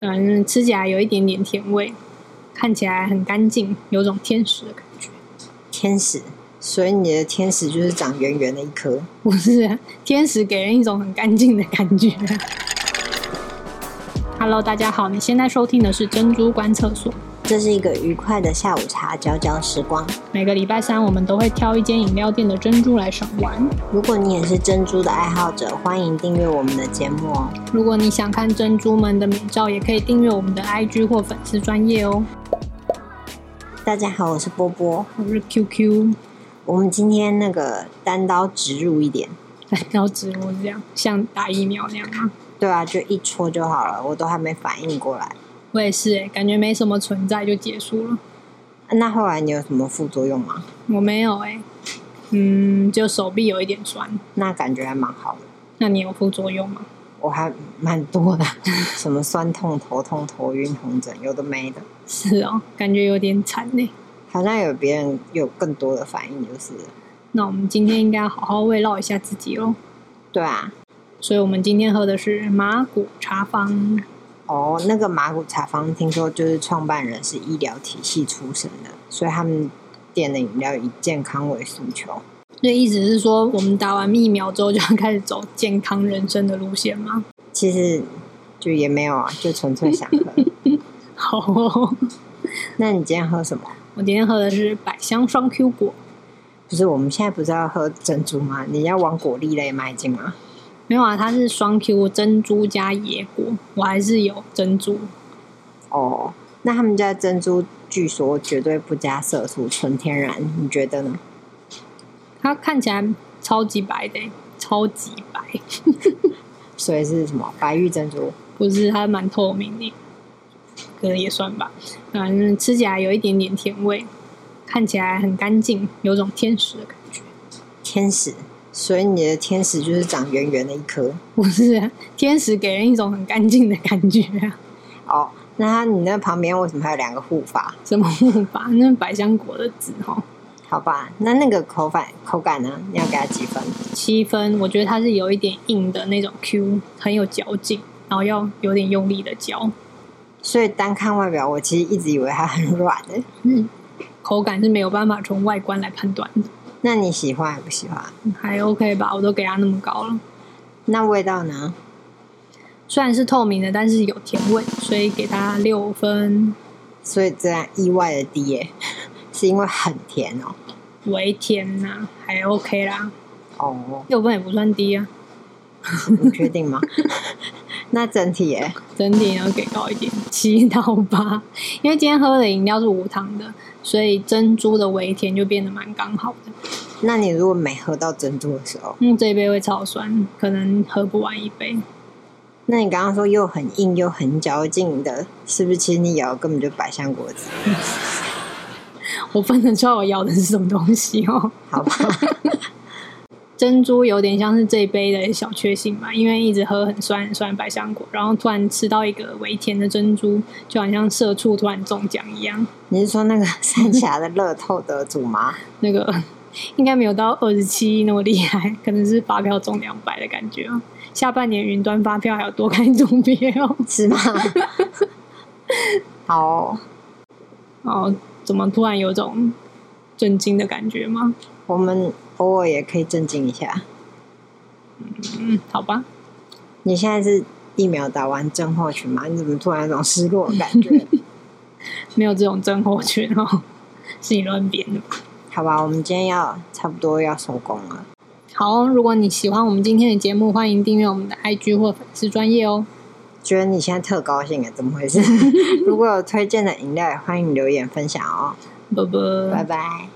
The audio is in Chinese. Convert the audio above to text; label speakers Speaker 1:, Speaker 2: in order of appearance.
Speaker 1: 嗯，吃起来有一点点甜味，看起来很干净，有种天使的感觉。
Speaker 2: 天使，所以你的天使就是长圆圆的一颗。
Speaker 1: 不是啊天使，给人一种很干净的感觉。Hello，大家好，你现在收听的是珍珠观厕所。
Speaker 2: 这是一个愉快的下午茶，嚼嚼时光。
Speaker 1: 每个礼拜三，我们都会挑一间饮料店的珍珠来赏玩。
Speaker 2: 如果你也是珍珠的爱好者，欢迎订阅我们的节目哦。
Speaker 1: 如果你想看珍珠们的美照，也可以订阅我们的 IG 或粉丝专业哦。
Speaker 2: 大家好，我是波波。
Speaker 1: 我是 QQ，
Speaker 2: 我们今天那个单刀直入一点，
Speaker 1: 然后植物这样，像打疫苗那样啊。
Speaker 2: 对啊，就一戳就好了，我都还没反应过来。
Speaker 1: 我也是、欸，感觉没什么存在就结束了。
Speaker 2: 啊那后来你有什么副作用吗？
Speaker 1: 我没有哎、嗯，就手臂有一点酸。
Speaker 2: 那感觉还蛮好的，
Speaker 1: 那你有副作用吗？
Speaker 2: 我还蛮多的， 什么酸痛、头痛、头晕、红疹，有的没的。
Speaker 1: 是哦，感觉有点惨欸呢、
Speaker 2: 好像有别人有更多的反应，就是了
Speaker 1: 那我们今天应该要好好慰劳一下自己喽。
Speaker 2: 对啊，
Speaker 1: 所以我们今天喝的是麻古茶坊，
Speaker 2: 哦，那个马古茶坊听说就是创办人是医疗体系出身的，所以他们店的饮料以健康为诉求。
Speaker 1: 这意思是说我们打完疫苗之后就要开始走健康人生的路线吗？
Speaker 2: 其实就也没有啊，就纯粹想喝。
Speaker 1: 好、哦，
Speaker 2: 那你今天喝什么？
Speaker 1: 我今天喝的是百香双 Q 果，
Speaker 2: 不是，我们现在不是要喝珍珠吗？你要往果粒类迈进吗？
Speaker 1: 没有啊，它是双 Q 珍珠加野果，我还是有珍珠。
Speaker 2: 哦，那他们家的珍珠据说绝对不加色素，纯天然，你觉得呢？
Speaker 1: 它看起来超级白的欸、超级白，
Speaker 2: 所以是什么白玉珍珠？
Speaker 1: 不是它蛮透明的，可能也算吧。反正吃起来有一点点甜味，看起来很干净，有种天使的感觉。
Speaker 2: 天使，所以你的天使就是长圆圆的一颗。
Speaker 1: 不是啊、天使，给人一种很干净的感觉啊。
Speaker 2: 哦，那它你那旁边为什么还有两个护法？
Speaker 1: 什么护法？那百香果的籽哈，
Speaker 2: 好吧，那那个口感口感呢？你要给它几分？
Speaker 1: 七分，我觉得它是有一点硬的那种 Q，很有嚼劲，然后要有点用力的嚼，
Speaker 2: 所以单看外表，我其实一直以为它很软的。
Speaker 1: 嗯，口感是没有办法从外观来判断的，
Speaker 2: 那你喜欢还不喜欢？
Speaker 1: 还 OK 吧？我都给它那么高了，
Speaker 2: 那味道呢？
Speaker 1: 虽然是透明的，但是有甜味，所以给它六分
Speaker 2: 所以这样意外的低耶、 是因为很甜哦。
Speaker 1: 为甜呐、还 OK 啦，
Speaker 2: 哦，
Speaker 1: 六分也不算低啊，
Speaker 2: 你确定吗？ 那整体耶、
Speaker 1: 整体要给高一点，七到八，因为今天喝的饮料是无糖的，所以珍珠的微甜就变得蛮刚好的。
Speaker 2: 那你如果没喝到珍珠的时候，
Speaker 1: 嗯，这一杯会超酸，可能喝不完一杯。
Speaker 2: 那你刚刚说又很硬又很嚼劲的，是不是？其实你咬的根本就百香果子，
Speaker 1: 我分得出来我要的是什么东西哦。
Speaker 2: 好吧？
Speaker 1: 珍珠有点像是这一杯的小确幸吧，因为一直喝很酸很酸的百香果，然后突然吃到一个微甜的珍珠，就好像社畜突然中奖一样。
Speaker 2: 你是说那个 三峡的乐透得主吗？
Speaker 1: 那个 应该没有到二十七亿那么厉害，可能是发票中两百的感觉啊。下半年云端发票还有多开中标
Speaker 2: 是吗？ 好哦、
Speaker 1: 哦，怎么突然有种震惊的感觉吗？
Speaker 2: 我们偶尔也可以震惊一下。
Speaker 1: 嗯，好吧，
Speaker 2: 你现在是疫苗打完症候群吗？你怎么突然有种失落的感觉？
Speaker 1: 没有这种症候群哦，是你乱编的吧。
Speaker 2: 好吧，我们今天要差不多要收工了。
Speaker 1: 好，如果你喜欢我们今天的节目，欢迎订阅我们的 IG 或粉丝专业哦。
Speaker 2: 觉得你现在特高兴啊？怎么回事？如果有推荐的饮料，也欢迎留言分享哦。
Speaker 1: 拜拜。
Speaker 2: 拜拜。